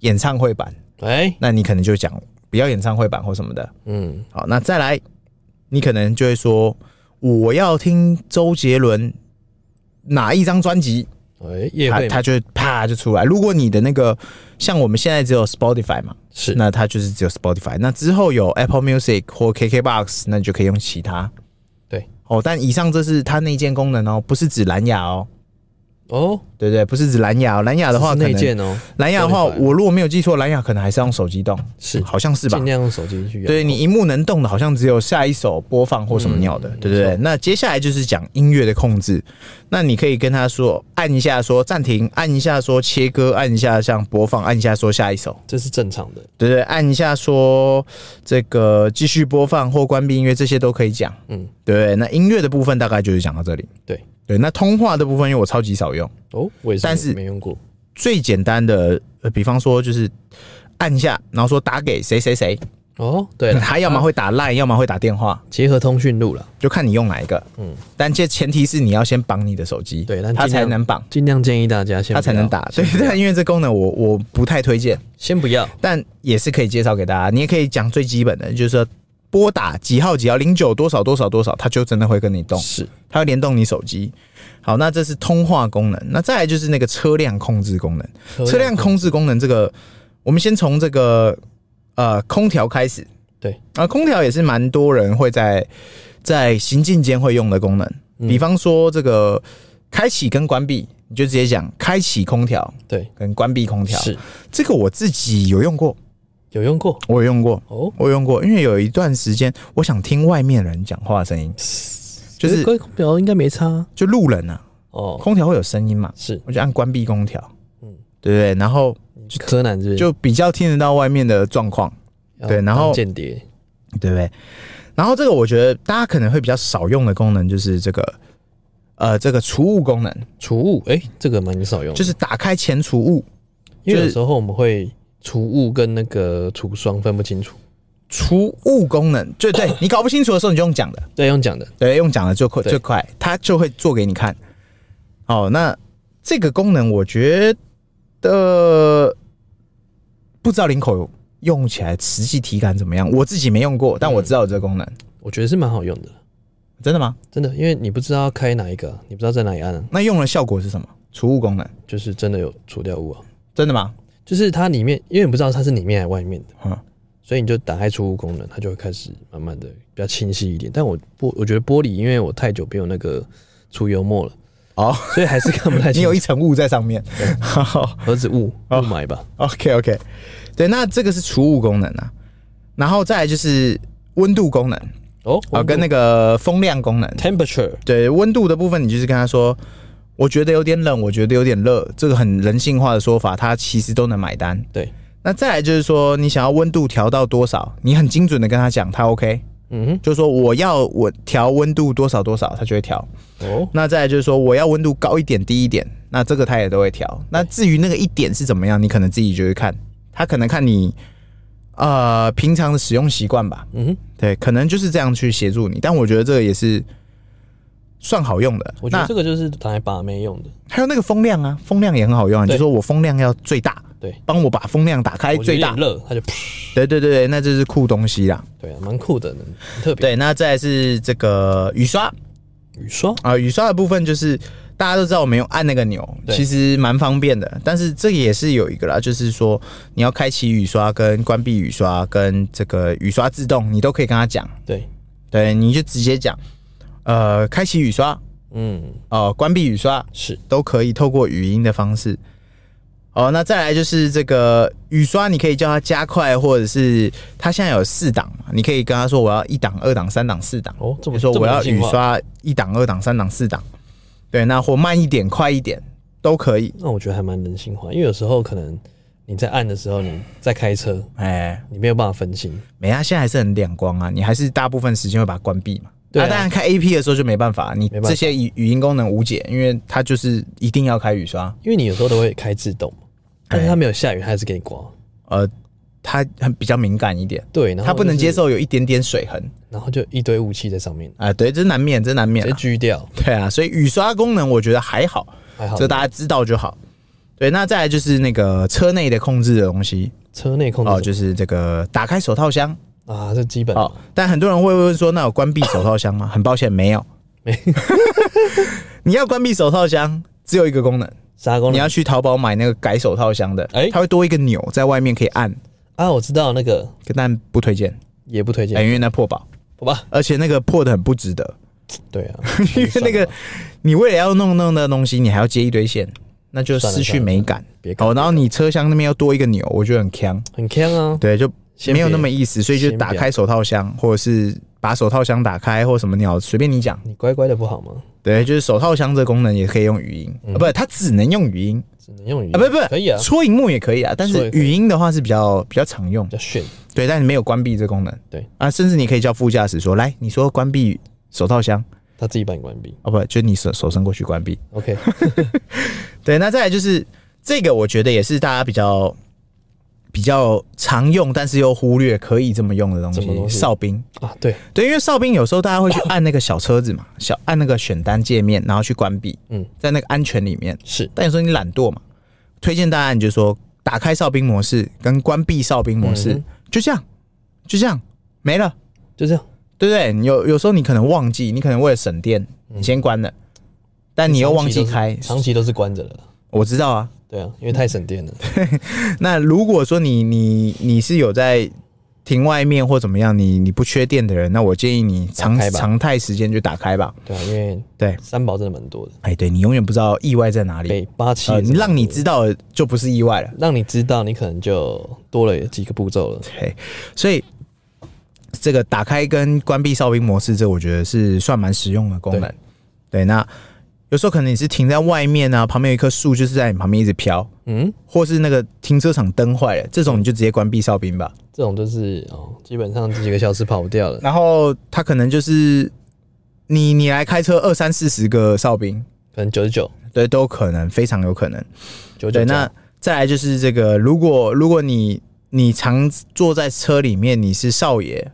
Speaker 2: 演唱会版，
Speaker 1: 哎，
Speaker 2: 那你可能就讲不要演唱会版或什么的。
Speaker 1: 嗯，
Speaker 2: 好，那再来，你可能就会说我要听周杰伦哪一张专辑，
Speaker 1: 哎，叶
Speaker 2: 他
Speaker 1: 惠美
Speaker 2: 他就啪就出来。如果你的那个像我们现在只有 Spotify 嘛，
Speaker 1: 是
Speaker 2: 那它就是只有 Spotify。那之后有 Apple Music 或 KKBox，那你就可以用其他。
Speaker 1: 对
Speaker 2: 哦，但以上这是它内建功能哦，不是指蓝牙哦，
Speaker 1: 哦，
Speaker 2: 对不对？不是指蓝牙、哦，蓝牙的话
Speaker 1: 是
Speaker 2: 可
Speaker 1: 内
Speaker 2: 能
Speaker 1: 建哦，
Speaker 2: 蓝牙的话，
Speaker 1: Spotify
Speaker 2: 我如果没有记错，蓝牙可能还是要用手机动，
Speaker 1: 是
Speaker 2: 好像是吧
Speaker 1: 尽？量用手机去用。哦
Speaker 2: 对你荧幕能动的，好像只有下一首播放或什
Speaker 1: 嗯
Speaker 2: 么鸟的，对不对？那接下来就是讲音乐的控制，那你可以跟他说，按一下说暂停，按一下说切歌，按一下像播放，按一下说下一首，
Speaker 1: 这是正常的。
Speaker 2: 对不对？按一下说这个继续播放或关闭音乐，这些都可以讲，
Speaker 1: 嗯，
Speaker 2: 对不对？那音乐的部分大概就是讲到这里。
Speaker 1: 对
Speaker 2: 对，那通话的部分，因为我超级少用，
Speaker 1: 哦，我也是，
Speaker 2: 但是
Speaker 1: 没用 [laughs] 过。
Speaker 2: 最简单的，呃、比方说就是按一下，然后说打给谁谁谁，
Speaker 1: 哦，对了，
Speaker 2: 他要么会打 line，要么会打电话。
Speaker 1: [laughs] 结合通讯录了，
Speaker 2: 就看你用哪一个。
Speaker 1: 嗯
Speaker 2: 嗯，但这前提是你要先绑你的手机，
Speaker 1: 对但
Speaker 2: 它
Speaker 1: 尽
Speaker 2: 才
Speaker 1: 量
Speaker 2: 能绑，
Speaker 1: 尽量建议大家先
Speaker 2: 它才能
Speaker 1: 不要
Speaker 2: 打。对，但因为这功能我我不太推荐，
Speaker 1: 先不要。
Speaker 2: 但也是可以介绍给大家。你也可以讲最基本的，就是说拨打几号几号零九多少多少多少，它就真的会跟你动，
Speaker 1: 是
Speaker 2: 它会联动你手机。好，那这是通话功能，那再来就是那个车辆控制功能。车辆控制功能这个，我们先从这个呃空调开始。
Speaker 1: 对
Speaker 2: 啊，空调也是蛮多人会在在行进间会用的功能，比方说这个开启跟关闭，你就直接讲开启空调
Speaker 1: 对
Speaker 2: 跟关闭空调。
Speaker 1: 是
Speaker 2: 这个我自己有用过，
Speaker 1: 有用过
Speaker 2: 我有用过，
Speaker 1: 哦，
Speaker 2: 我有用过，因为有一段时间我想听外面人讲话的声音，就是
Speaker 1: 跟空调应该没差啊
Speaker 2: 就路人啊，
Speaker 1: 哦，
Speaker 2: 空调会有声音嘛，
Speaker 1: 是
Speaker 2: 我就按关闭空调，
Speaker 1: 嗯
Speaker 2: 嗯，对不对？然后
Speaker 1: 柯南是不是
Speaker 2: 就比较听得到外面的状况，
Speaker 1: 要
Speaker 2: 对然后
Speaker 1: 当间谍
Speaker 2: 对不对？然后这个我觉得大家可能会比较少用的功能就是这个，呃，这个除雾功能，
Speaker 1: 储物，哎，这个蛮少用的，
Speaker 2: 就是打开前除雾，
Speaker 1: 因为
Speaker 2: 就
Speaker 1: 有
Speaker 2: 是
Speaker 1: 时候我们会储物跟那个除霜分不清楚。
Speaker 2: 除雾功能，就
Speaker 1: [coughs]
Speaker 2: 对你搞不清楚的时候你就用讲的，
Speaker 1: 对，用讲的
Speaker 2: 对，用讲的就快
Speaker 1: 对
Speaker 2: 最快，它就会做给你看。哦，那这个功能我觉得不知道林口用起来实际体感怎么样，我自己没用过，但
Speaker 1: 嗯
Speaker 2: 我知道有这个功能，
Speaker 1: 我觉得是蛮好用的，
Speaker 2: 真的吗？真
Speaker 1: 真的，因为你不知道开哪一个啊、你不知道在哪里按啊，
Speaker 2: 那用了效果是什么？除雾功能，
Speaker 1: 就是真的有除掉物啊。
Speaker 2: 真的吗？
Speaker 1: 就是它里面，因为你不知道它是里面还是外面的，
Speaker 2: 嗯
Speaker 1: 所以你就打开储物功能，它就会开始慢慢的比较清晰一点。但我玻，我觉得玻璃，因为我太久没有那个除油墨了，
Speaker 2: 哦，
Speaker 1: 所以还是看不太
Speaker 2: 你 [laughs]
Speaker 1: 清
Speaker 2: 有一
Speaker 1: 楚。
Speaker 2: 层雾在上面。 [laughs] 好
Speaker 1: 盒子雾雾
Speaker 2: 哦
Speaker 1: 霾吧，
Speaker 2: ，OK OK，对，那这个是除雾功能啊，然后再来就是温度功能，
Speaker 1: 哦，
Speaker 2: 哦，跟那
Speaker 1: 个
Speaker 2: 个风量功能。
Speaker 1: temperature
Speaker 2: 对，温度的部分，你就是跟他说，我觉得有点冷，我觉得有点热，这个很人性化的说法，他其实都能买单。
Speaker 1: 对，
Speaker 2: 那再来就是说，你想要温度调到多少，你很精准的跟他讲，他 OK，
Speaker 1: 嗯
Speaker 2: 就是说我要我调温度多少多少，他就会调。
Speaker 1: 哼，哦，
Speaker 2: 那再来就是说，我要温度高一点、低一点，那这个他也都会调。那至于那个一点是怎么样，你可能自己就会看，他可能看你呃平常的使用习惯吧。
Speaker 1: 嗯哼，
Speaker 2: 对，可能就是这样去协助你，但我觉得这个也是算好用的。
Speaker 1: 我觉
Speaker 2: 那
Speaker 1: 得这个就是拿来把妹用的，
Speaker 2: 还有那个风量啊，风量也很好用啊，你
Speaker 1: 对
Speaker 2: 就说我风量要最大，
Speaker 1: 对，
Speaker 2: 帮我把风量打开
Speaker 1: 我觉得
Speaker 2: 哎最
Speaker 1: 有
Speaker 2: 大
Speaker 1: 点。热，它就噗，
Speaker 2: 对对对对，那这是酷东西啦。
Speaker 1: 对啊，蛮酷的，很特别。
Speaker 2: 对，那再来是这个雨刷
Speaker 1: 雨刷，
Speaker 2: 啊、雨刷的部分就是大家都知道我们用按那个钮，
Speaker 1: 对
Speaker 2: 其实蛮方便的。但是这个也是有一个啦，就是说你要开启雨刷、跟关闭雨刷、跟这个雨刷自动，你都可以跟他讲。
Speaker 1: 对，
Speaker 2: 对，你就直接讲，呃，开启雨刷，
Speaker 1: 嗯，
Speaker 2: 哦，关闭雨刷
Speaker 1: 是
Speaker 2: 都可以透过语音的方式。哦，那再来就是这个雨刷，你可以叫它加快，或者是它现在有四档嘛，你可以跟它说我要一档、二档、三档、四档。
Speaker 1: 哦，这
Speaker 2: 比
Speaker 1: 么
Speaker 2: 如说
Speaker 1: 这么
Speaker 2: 我要
Speaker 1: 人性
Speaker 2: 雨
Speaker 1: 化，
Speaker 2: 刷一档、二档、三档、四档，对，那或慢一点、快一点都可以。
Speaker 1: 那我觉得还蛮人性化，因为有时候可能你在按的时候，你在开车，
Speaker 2: 哎，
Speaker 1: 你没有办法分心，
Speaker 2: 没啊，现在还是很亮光啊，你还是大部分时间会把它关闭嘛。
Speaker 1: 对啊
Speaker 2: 当然开 A P 的时候就没办法，你
Speaker 1: 没办法
Speaker 2: 这些语语音功能无解，因为它就是一定要开雨刷。
Speaker 1: 因为你有时候都会开自动嘛，但是
Speaker 2: 哎
Speaker 1: 它没有下雨，它还是给你刮。
Speaker 2: 呃，它很比较敏感一点，
Speaker 1: 对，然后
Speaker 2: 它不能
Speaker 1: 就是
Speaker 2: 接，受有一点点水痕
Speaker 1: 然后就一堆雾气在上面，
Speaker 2: 啊、对，这难免，这难免
Speaker 1: 直接
Speaker 2: 啊、
Speaker 1: 狙掉，
Speaker 2: 对啊，所以雨刷功能我觉得还好，
Speaker 1: 还好
Speaker 2: 这。大家知道就好。对，那再来就是那个车内的控制的东西
Speaker 1: 车内控制
Speaker 2: 哦，
Speaker 1: 什
Speaker 2: 就是这个打开手套箱
Speaker 1: 么啊，这基本
Speaker 2: 哦。但很多人会问说，那有关闭手套箱吗？很抱歉，没有。
Speaker 1: 没
Speaker 2: [laughs] 你要关闭手套箱，只有一个功能，
Speaker 1: 啥功
Speaker 2: 你
Speaker 1: 能
Speaker 2: 要去淘宝买那个改手套箱的，
Speaker 1: 哎
Speaker 2: 它会多一个钮在外面可以按，
Speaker 1: 啊？我知道那个
Speaker 2: 但不推荐，
Speaker 1: 也不推
Speaker 2: 哎
Speaker 1: 荐，
Speaker 2: 因为那破保，
Speaker 1: 好吧？
Speaker 2: 而且那个破的很不
Speaker 1: [laughs]
Speaker 2: 值得。
Speaker 1: 对啊，
Speaker 2: [laughs] 因为那个你为了要弄弄那东西，你还要接一堆线，那就失去美感。
Speaker 1: 别搞
Speaker 2: 哦，然后你车厢那边要多一个钮，我觉得很坑，
Speaker 1: 很坑啊，
Speaker 2: 对，就
Speaker 1: 先别
Speaker 2: 没有那么意思，所以就打开手套箱，或者是把手套箱打开，或什么鸟，随便你讲。
Speaker 1: 你乖乖的不好吗？
Speaker 2: 对，就是手套箱这功能也可以用语音，啊、不，它只能用语音
Speaker 1: 只能用语音
Speaker 2: 啊，不不，
Speaker 1: 嗯可以啊，
Speaker 2: 戳荧幕也可以啊，但
Speaker 1: 戳
Speaker 2: 是
Speaker 1: 也可以
Speaker 2: 语音的话是比较比较常用
Speaker 1: 比，较炫，
Speaker 2: 对，但是没有关闭这功能，
Speaker 1: 对
Speaker 2: 啊，甚至你可以叫副驾驶说，来，你说关闭手套箱，
Speaker 1: 他自己帮你关闭。
Speaker 2: 哦不，就你手手伸过去关闭， [laughs]
Speaker 1: OK，
Speaker 2: 对，那再来就是这个，我觉得也是大家比较比较常用，但是又忽略可以这么用的东
Speaker 1: 什么
Speaker 2: 西。
Speaker 1: 东西
Speaker 2: 哨兵，
Speaker 1: 啊，对，
Speaker 2: 对，因为哨兵有时候大家会去按那个小车子嘛，小按那个选单界面，然后去关闭，
Speaker 1: 嗯
Speaker 2: 嗯，在那个安全里面。
Speaker 1: 是
Speaker 2: 但有时候你懒惰嘛，推荐大家你就说打开哨兵模式跟关闭哨兵模式，
Speaker 1: 嗯
Speaker 2: 就这样，就这样没了，
Speaker 1: 就这样，
Speaker 2: 对不对？你有有时候你可能忘记，你可能为了省电，你先关了，但你又忘记开，
Speaker 1: 嗯长期都是关着的啦。
Speaker 2: 我知道啊，
Speaker 1: 对啊，因为太省
Speaker 2: [laughs]
Speaker 1: 电了。
Speaker 2: 那如果说你你你是有在停外面或怎么样，你你不缺电的人，那我建议你常
Speaker 1: 打开吧
Speaker 2: 常态时间就打开吧。
Speaker 1: 对啊，因为
Speaker 2: 对
Speaker 1: 三宝真的蛮多的，
Speaker 2: 哎，对你永远不知道意外在哪里，
Speaker 1: 北八七
Speaker 2: 呃，
Speaker 1: 也是蛮多的，
Speaker 2: 让你知道的就不是意外了。
Speaker 1: 让你知道，你可能就多了几个步骤了。
Speaker 2: 对，所以这个打开跟关闭哨兵模式，这我觉得是算蛮实用的功能。对，那有时候可能你是停在外面啊，旁边有一棵树就是在你旁边一直飘，
Speaker 1: 嗯，
Speaker 2: 或是那个停车场灯坏了，这种你就直接关闭哨兵吧。
Speaker 1: 这种就是哦，基本上这几个小时跑不掉了，
Speaker 2: 然后他可能就是你你来开车二三四十个哨兵，
Speaker 1: 可能九十九、
Speaker 2: 对，都有可能，非常有可能。
Speaker 1: 九
Speaker 2: 对，
Speaker 1: 九
Speaker 2: 那再来就是这个，如果如果你你常坐在车里面，你是少爷，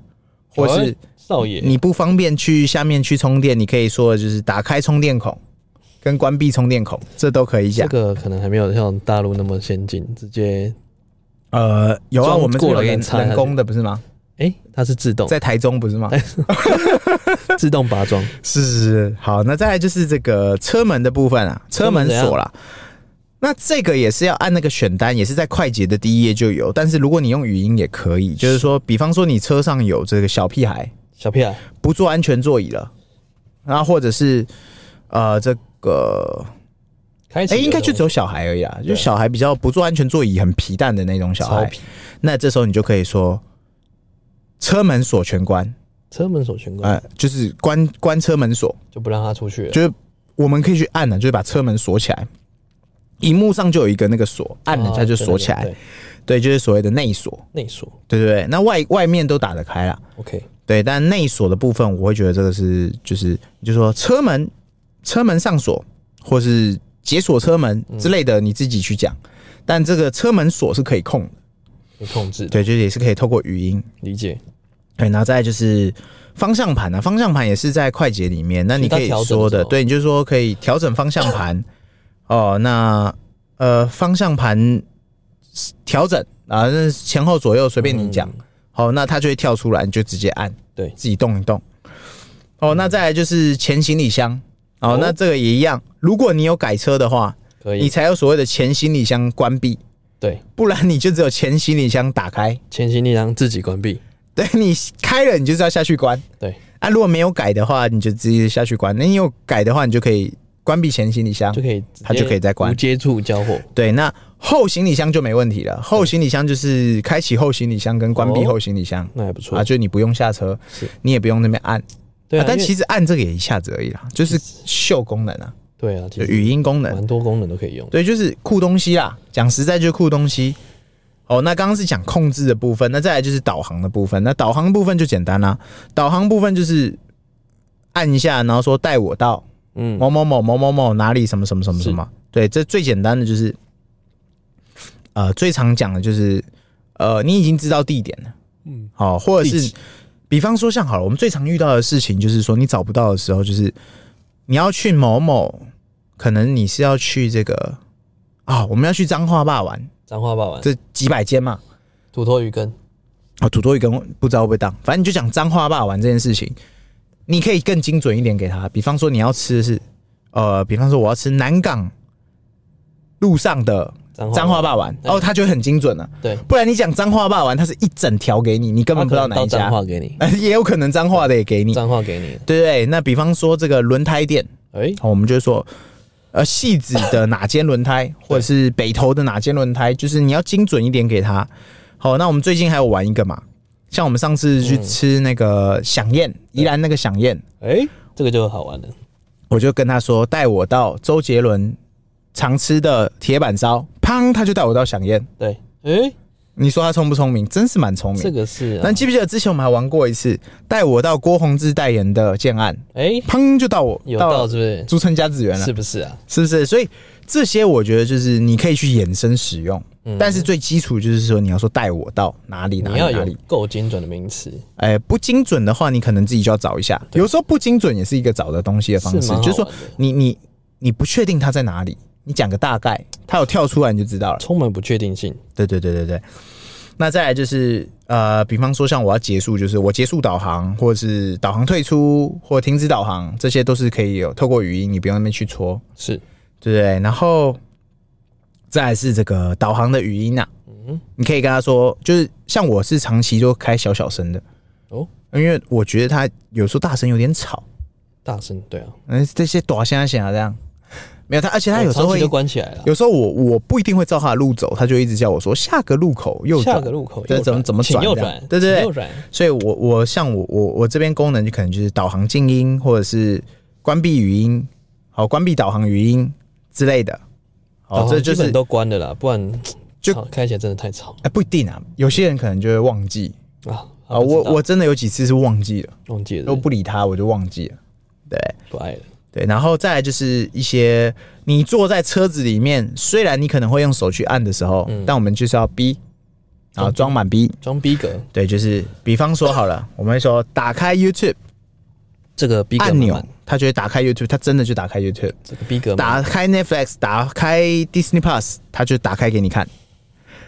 Speaker 2: 或
Speaker 1: 哦
Speaker 2: 是
Speaker 1: 哎少爷，
Speaker 2: 你不方便去下面去充电，你可以说的就是打开充电孔跟关闭充电孔，这都可以
Speaker 1: 这
Speaker 2: 讲。
Speaker 1: 个可能还没有像大陆那么先进，直接
Speaker 2: 呃，有啊，
Speaker 1: 装
Speaker 2: 我们是
Speaker 1: 过
Speaker 2: 有
Speaker 1: 了给
Speaker 2: 人
Speaker 1: 你插下去
Speaker 2: 人工的不是吗？
Speaker 1: 哎、它是自动
Speaker 2: 在台中不是吗？
Speaker 1: 自动拔桩，
Speaker 2: 是是是，好，那再来就是这个车门的部分啊，车门锁啦。那这个也是要按那个选单，也是在快捷的第一页就有。但是如果你用语音也可以，就是说，比方说你车上有这个小屁孩
Speaker 1: 小屁孩
Speaker 2: 不坐安全座椅了，然后或者是呃这个
Speaker 1: 开
Speaker 2: 哎、
Speaker 1: 启，
Speaker 2: 应该就只有小孩而已啦，就
Speaker 1: 对
Speaker 2: 小孩比较不坐安全座椅很皮蛋的那种小
Speaker 1: 超
Speaker 2: 孩。
Speaker 1: 皮
Speaker 2: 那这时候你就可以说车门锁全关，
Speaker 1: 车门锁全关、
Speaker 2: 呃，就是关关车门锁。
Speaker 1: 就不让他出去了，
Speaker 2: 就是我们可以去按的，就是把车门锁起来。荧幕上就有一个那个锁，按了一下就锁起来，
Speaker 1: 啊对对对
Speaker 2: 对，就是所谓的内锁，
Speaker 1: 内锁
Speaker 2: 对对对。那外外面都打得开啦，
Speaker 1: ，OK，
Speaker 2: 对，但内锁的部分，我会觉得这个是就是你就说车门车门上锁，或是解锁车门之类的，你自己去讲。但这个车门锁是可以控的，
Speaker 1: 你控制
Speaker 2: 对，就是也是可以透过语音。
Speaker 1: 理解，
Speaker 2: 对，然后再来就是方向盘啊，方向盘也是在快捷里面。那你可以
Speaker 1: 所以
Speaker 2: 说
Speaker 1: 它调整的
Speaker 2: 的，
Speaker 1: 时候
Speaker 2: 对，你就说可以调整方向盘。哦，那呃，方向盘调整啊，那前后左右随便你
Speaker 1: 嗯
Speaker 2: 讲。好、那它就会跳出来，你就直接按，
Speaker 1: 对
Speaker 2: 自己动一动。哦，那再来就是前行李箱。哦，
Speaker 1: 嗯哦
Speaker 2: 那这个也一样。如果你有改车的话，
Speaker 1: 可
Speaker 2: 你
Speaker 1: 以
Speaker 2: 才有所谓的前行李箱关闭，
Speaker 1: 对
Speaker 2: 不然你就只有前行李箱打开。
Speaker 1: 前行力量自己关闭，
Speaker 2: [laughs] 对你开了，你就是要下去关。
Speaker 1: 对
Speaker 2: 啊，如果没有改的话，你就直接下去关。那你有改的话，你就可以关闭前行李箱
Speaker 1: 就。可以
Speaker 2: 啊它就可以再关
Speaker 1: 无接触交货，
Speaker 2: 对，那后行李箱就没问题了。后行李箱就是开启后行李箱跟关闭
Speaker 1: 哦
Speaker 2: 后行李箱、
Speaker 1: 那还不错
Speaker 2: 啊，就你不用下车
Speaker 1: 是，
Speaker 2: 你也不用那边按。
Speaker 1: 对啊
Speaker 2: 啊，，但
Speaker 1: 因为
Speaker 2: 其实按这个也一下子而已啦，就是秀功能啊，
Speaker 1: 对啊，
Speaker 2: 就
Speaker 1: 其实
Speaker 2: 语音功能。
Speaker 1: 蛮多功能都可以用，
Speaker 2: 对，就是酷东西啦。讲实在就是酷东西。哦，那刚刚是讲控制的部分，那再来就是导航的部分。那导航部分就简单啦、导航部分就是按一下，然后说带我到
Speaker 1: 嗯，
Speaker 2: 某某某某某某哪里什么什么什么什么。对，这最简单的就是，呃，最常讲的就是，呃，你已经知道地点了，嗯，好、或者
Speaker 1: 地
Speaker 2: 是
Speaker 1: 址，
Speaker 2: 比方说像好了，我们最常遇到的事情就是说，你找不到的时候，就是你要去某某，可能你是要去这个啊、我们要去彰化霸玩，
Speaker 1: 脏话霸王，
Speaker 2: 这几百间嘛，
Speaker 1: 土托鱼羹，
Speaker 2: 啊，土多鱼跟不知道会不会当，反正你就讲脏话霸玩这件事情，你可以更精准一点给他。比方说你要吃的是，呃，比方说我要吃南港路上的
Speaker 1: 脏
Speaker 2: 脏话霸王，
Speaker 1: 对
Speaker 2: 哦，他就会很精准了、
Speaker 1: 对，
Speaker 2: 不然你讲脏话霸王，他是一整条给你，你根本不知道哪一
Speaker 1: 脏
Speaker 2: 家，
Speaker 1: 话给你，
Speaker 2: 呃 [laughs] 也有可能脏话的也给你，
Speaker 1: 脏话给你，
Speaker 2: 对不对？那比方说这个轮胎店，
Speaker 1: 哎，
Speaker 2: 哦我们就会说。呃，戏子的哪间轮胎，或者是北投的哪间轮胎，就是你要精准一点给他。好，那我们最近还有玩一个嘛，像我们上次去吃那个响宴，宜兰那个响宴，
Speaker 1: 哎，这个就好玩了，
Speaker 2: 我就跟他说带我到周杰伦常吃的铁板烧，砰，他就带我到响宴。
Speaker 1: 对，哎，
Speaker 2: 你说他聪不聪明？真是蛮聪
Speaker 1: 这
Speaker 2: 明。
Speaker 1: 个是啊
Speaker 2: 那，记不记得之前我们还玩过一次，带我到郭宏志代言的建案，
Speaker 1: 哎，
Speaker 2: 砰就到我
Speaker 1: 有
Speaker 2: 到
Speaker 1: 道是不是？
Speaker 2: 朱村家子园了
Speaker 1: 是。不是啊？
Speaker 2: 是不是？所以这些我觉得就是你可以去衍生使用，但是最基础就是说你要说带我到哪里哪
Speaker 1: 嗯你要
Speaker 2: 里哪
Speaker 1: 有
Speaker 2: 里，
Speaker 1: 够精准的名词，
Speaker 2: 哎、不精准的话，你可能自己就要找一下。有时候不精准也是一个找的东西的方式
Speaker 1: 是，蛮好玩
Speaker 2: 就
Speaker 1: 的
Speaker 2: 是说你你你不确定它在哪里，你讲个大概，它有跳出来你就知道了。
Speaker 1: 充满不确定性。
Speaker 2: 对对对对对。那再来就是呃，比方说像我要结束，就是我结束导航，或者是导航退出，或停止导航，这些都是可以有透过语音，你不用那边去戳。
Speaker 1: 是，
Speaker 2: 对不对？然后再来是这个导航的语音呐、
Speaker 1: 嗯，
Speaker 2: 你可以跟他说，就是像我是长期都开小小声的
Speaker 1: 哦，
Speaker 2: 因为我觉得他有时候大声有点吵，大，
Speaker 1: 声，对啊，
Speaker 2: 嗯，这些短声响啊这样，没有他，而且啊他有时候
Speaker 1: 哦我长期
Speaker 2: 会
Speaker 1: 就，关起来了。
Speaker 2: 有时候我我不一定会照他的路走，他就一直叫我说下个路口右转
Speaker 1: 下个，路口右
Speaker 2: 这
Speaker 1: 转，
Speaker 2: 怎么怎么
Speaker 1: 请
Speaker 2: 转
Speaker 1: 右
Speaker 2: 这样
Speaker 1: 转，
Speaker 2: 对对对
Speaker 1: 请右转，
Speaker 2: 所以我我像我我我这边功能就可能就是导航静音，或者是关闭语音，好，关闭导航语音之类的，好，
Speaker 1: 导
Speaker 2: 哦这
Speaker 1: 航
Speaker 2: 就
Speaker 1: 基
Speaker 2: 是
Speaker 1: 本都关了啦，不然
Speaker 2: 就
Speaker 1: 吵开起来真的太吵
Speaker 2: 哎、不一定啊，有些人可能就会忘记
Speaker 1: 啊。
Speaker 2: 啊、我
Speaker 1: 不知嗯
Speaker 2: 我真的有几次是忘记了，
Speaker 1: 道忘记了
Speaker 2: 都，不理他，我就忘记了。对
Speaker 1: 不爱了，
Speaker 2: 对，然后再来就是一些你坐在车子里面，虽然你可能会用手去按的时候，但我们就是要逼啊，装满逼。
Speaker 1: 嗯装逼格，
Speaker 2: 对，就是比方说好
Speaker 1: [laughs]
Speaker 2: 了，我们会说打开 YouTube
Speaker 1: 这个嗯逼格
Speaker 2: 按
Speaker 1: 慢
Speaker 2: 钮
Speaker 1: 慢，
Speaker 2: 它就会打开 YouTube，它真的就打开 YouTube，
Speaker 1: 这个逼格慢慢
Speaker 2: 打开 Netflix，打开 Disney Plus，它就打开给你看。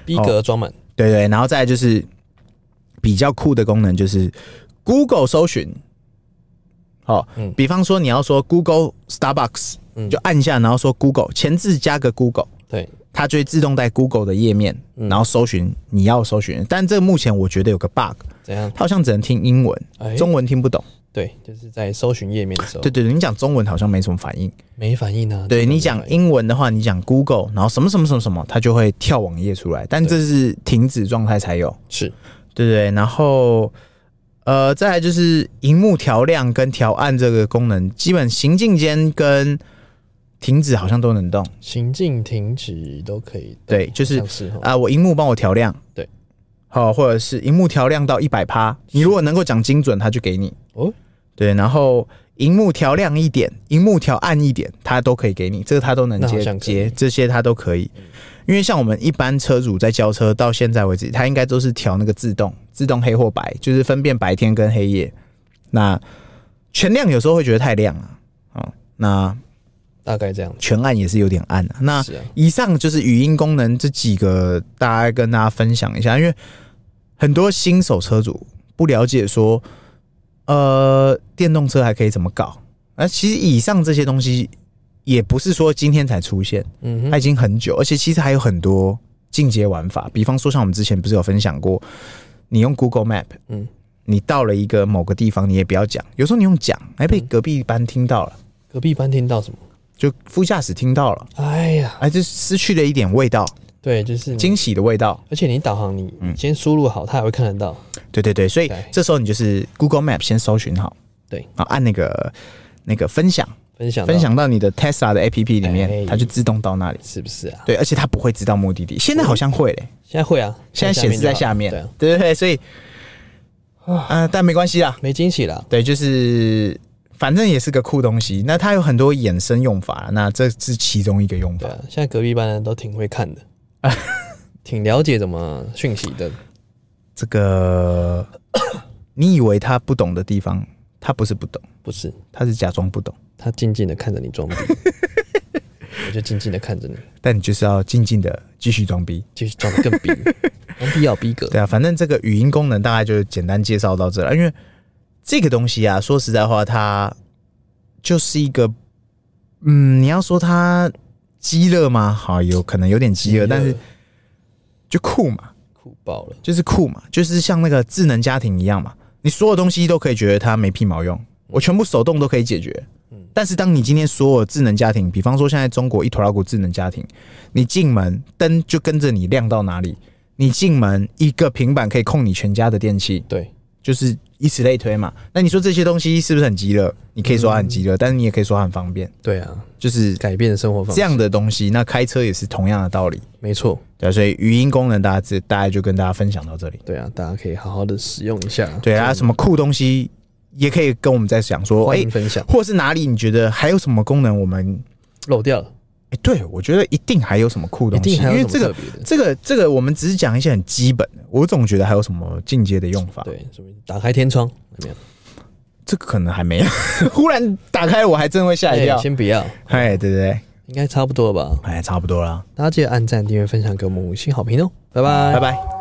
Speaker 1: 逼
Speaker 2: 哦
Speaker 1: 格装满，
Speaker 2: 对对，然后再来就是比较酷的功能，就是 Google 搜寻。好、
Speaker 1: 嗯
Speaker 2: 比方说你要说 Google Starbucks，、
Speaker 1: 嗯
Speaker 2: 就按一下，然后说 Google，前置加个 Google，
Speaker 1: 对，
Speaker 2: 它就会自动带 Google 的页面，
Speaker 1: 嗯
Speaker 2: 然后搜寻你要搜寻。但这个目前我觉得有个 bug，
Speaker 1: 怎样？
Speaker 2: 它好像只能听英文，
Speaker 1: 哎
Speaker 2: 中文听不懂。
Speaker 1: 对，就是在搜寻页面的时候
Speaker 2: 对，对对，你讲中文好像没什么反应。
Speaker 1: 没反应啊。真
Speaker 2: 对
Speaker 1: 的
Speaker 2: 你
Speaker 1: 没
Speaker 2: 讲
Speaker 1: 反应，
Speaker 2: 英文的话，你讲 Google，然后什么什么什么什么，它就会跳网页出来，但这是停止状态才有。
Speaker 1: 是
Speaker 2: 对不对？然后呃，再来就是荧幕调亮跟调暗这个功能，基本行进间跟停止好像都能动。
Speaker 1: 行进停止都可以动，
Speaker 2: 对就是
Speaker 1: 好像是哦
Speaker 2: 啊、我荧幕帮我调亮，
Speaker 1: 对，
Speaker 2: 好、或者是荧幕调亮到一百趴，你如果能够讲精准，它就给你。
Speaker 1: 哦，
Speaker 2: 对，然后荧幕调亮一点，荧幕调暗一点，它都可以给你，这个它都能
Speaker 1: 那好
Speaker 2: 接
Speaker 1: 像可以
Speaker 2: 接，这些它都可以。因因为像我们一般车主在交车到现在为止，他应该都是调那个自动自动黑或白，就是分辨白天跟黑夜。那全亮有时候会觉得太亮了、啊，哦，那
Speaker 1: 大概这样子。
Speaker 2: 全暗也是有点暗、啊。那
Speaker 1: 是啊，
Speaker 2: 以上就是语音功能这几个，大概跟大家分享一下，因为很多新手车主不了解说，呃，电动车还可以怎么搞。而其实以上这些东西也不是说今天才出现，
Speaker 1: 嗯哼，
Speaker 2: 它已经很久，而且其实还有很多进阶玩法，比方说像我们之前不是有分享过，你用 Google Map，
Speaker 1: 嗯，
Speaker 2: 你到了一个某个地方，你也不要讲，有时候你用讲，哎，被隔壁班听到了，
Speaker 1: 隔壁班听到什么？
Speaker 2: 就副驾驶听到了，
Speaker 1: 哎呀，
Speaker 2: 哎，就失去了一点味道，
Speaker 1: 对，就是你，
Speaker 2: 惊喜的味道。
Speaker 1: 而且你导航你
Speaker 2: 嗯
Speaker 1: 你先输入好，它还会看得到。
Speaker 2: 对对对，所以
Speaker 1: 对
Speaker 2: 这时候你就是 Google Map 先搜寻好，
Speaker 1: 对，
Speaker 2: 啊，按那个那个分享，
Speaker 1: 分享到
Speaker 2: 分享到你的 Tesla 的 APP 里面
Speaker 1: 哎，
Speaker 2: 它就自动到那里。
Speaker 1: 是不是啊？
Speaker 2: 对，而且它不会知道目的地，现在好像会嘞、
Speaker 1: 现在会啊，
Speaker 2: 现在显示在下面，
Speaker 1: 就好了对啊，
Speaker 2: 对对对，所以，啊、但没关系啦，
Speaker 1: 没惊喜啦。
Speaker 2: 对，就是反正也是个酷东西。那它有很多衍生用法，那这是其中一个用法
Speaker 1: 对。啊，现在隔壁班的都挺会看
Speaker 2: [laughs]
Speaker 1: 的，挺了解怎么讯息的。
Speaker 2: 这个你以为他不懂的地方，他不是不懂，
Speaker 1: 不是，
Speaker 2: 他是假装不懂，
Speaker 1: 他静静的看着你
Speaker 2: [laughs]
Speaker 1: 装逼，我就静静的看着你，
Speaker 2: 但你就是要静静的继续装逼。
Speaker 1: 继续装的更
Speaker 2: [laughs]
Speaker 1: 逼，装逼要逼格。
Speaker 2: 对啊，反正这个语音功能大概就简单介绍到这了，因为这个东西啊，说实在话，它就是一个，嗯，你要说它饥饿吗？好，有可能有点饥饿，但是就酷嘛，
Speaker 1: 酷爆了，
Speaker 2: 就是酷嘛，就是像那个智能家庭一样嘛，你所有东西都可以觉得它没屁毛用，我全部手动都可以解决。但是当你今天所有智能家庭，比方说现在中国一坨拉股智能家庭，你进门灯就跟着你亮到哪里，你进门一个平板可以控你全家的电器，
Speaker 1: 对，
Speaker 2: 就是以此类推嘛。那你说这些东西是不是很极乐？你可以说它很极乐，但是你也可以说它很方便，
Speaker 1: 对啊，
Speaker 2: 就是
Speaker 1: 改变生活方
Speaker 2: 嗯
Speaker 1: 式，
Speaker 2: 这样的东西。那开车也是同样的道理，
Speaker 1: 没错，
Speaker 2: 对啊、所以语音功能大家这大概就跟大家分享到这里。
Speaker 1: 对啊，大家可以好好的使用一下，
Speaker 2: 对啊，什么酷东西也可以跟我们再想说，
Speaker 1: 欢
Speaker 2: 哎、
Speaker 1: 迎分享，
Speaker 2: 或是哪里你觉得还有什么功能我们
Speaker 1: 漏掉了，
Speaker 2: 欸对，我觉得一定还有什么酷
Speaker 1: 一
Speaker 2: 东西，
Speaker 1: 定
Speaker 2: 因
Speaker 1: 还有
Speaker 2: 为
Speaker 1: 什么
Speaker 2: 这
Speaker 1: 特
Speaker 2: 个
Speaker 1: 别的。
Speaker 2: 这个这个，我们只是讲一些很基本的，我总觉得还有什么进阶的用法，
Speaker 1: 对，什么打开天窗有没有？
Speaker 2: 这个可能还没有。 [laughs] 忽然打开，我还真会吓一跳
Speaker 1: 哎。先不要，
Speaker 2: 哎，对对对，
Speaker 1: 应该差不多了吧？
Speaker 2: 哎，差不多啦，
Speaker 1: 大家记得按赞、订阅、分享给我们五星好评哦，拜拜，
Speaker 2: 拜拜。